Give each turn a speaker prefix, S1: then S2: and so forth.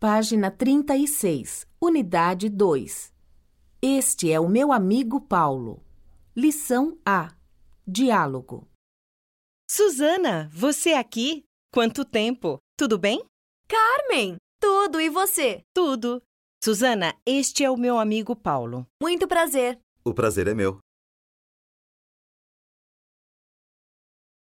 S1: Página 36, Unidade 2. Este é o meu amigo Paulo. Lição A. Diálogo.
S2: Suzana, você é aqui? Quanto tempo? Tudo bem?
S3: Carmen, tudo e você?
S2: Tudo. Suzana, este é o meu amigo Paulo.
S3: Muito prazer.
S4: O prazer é meu.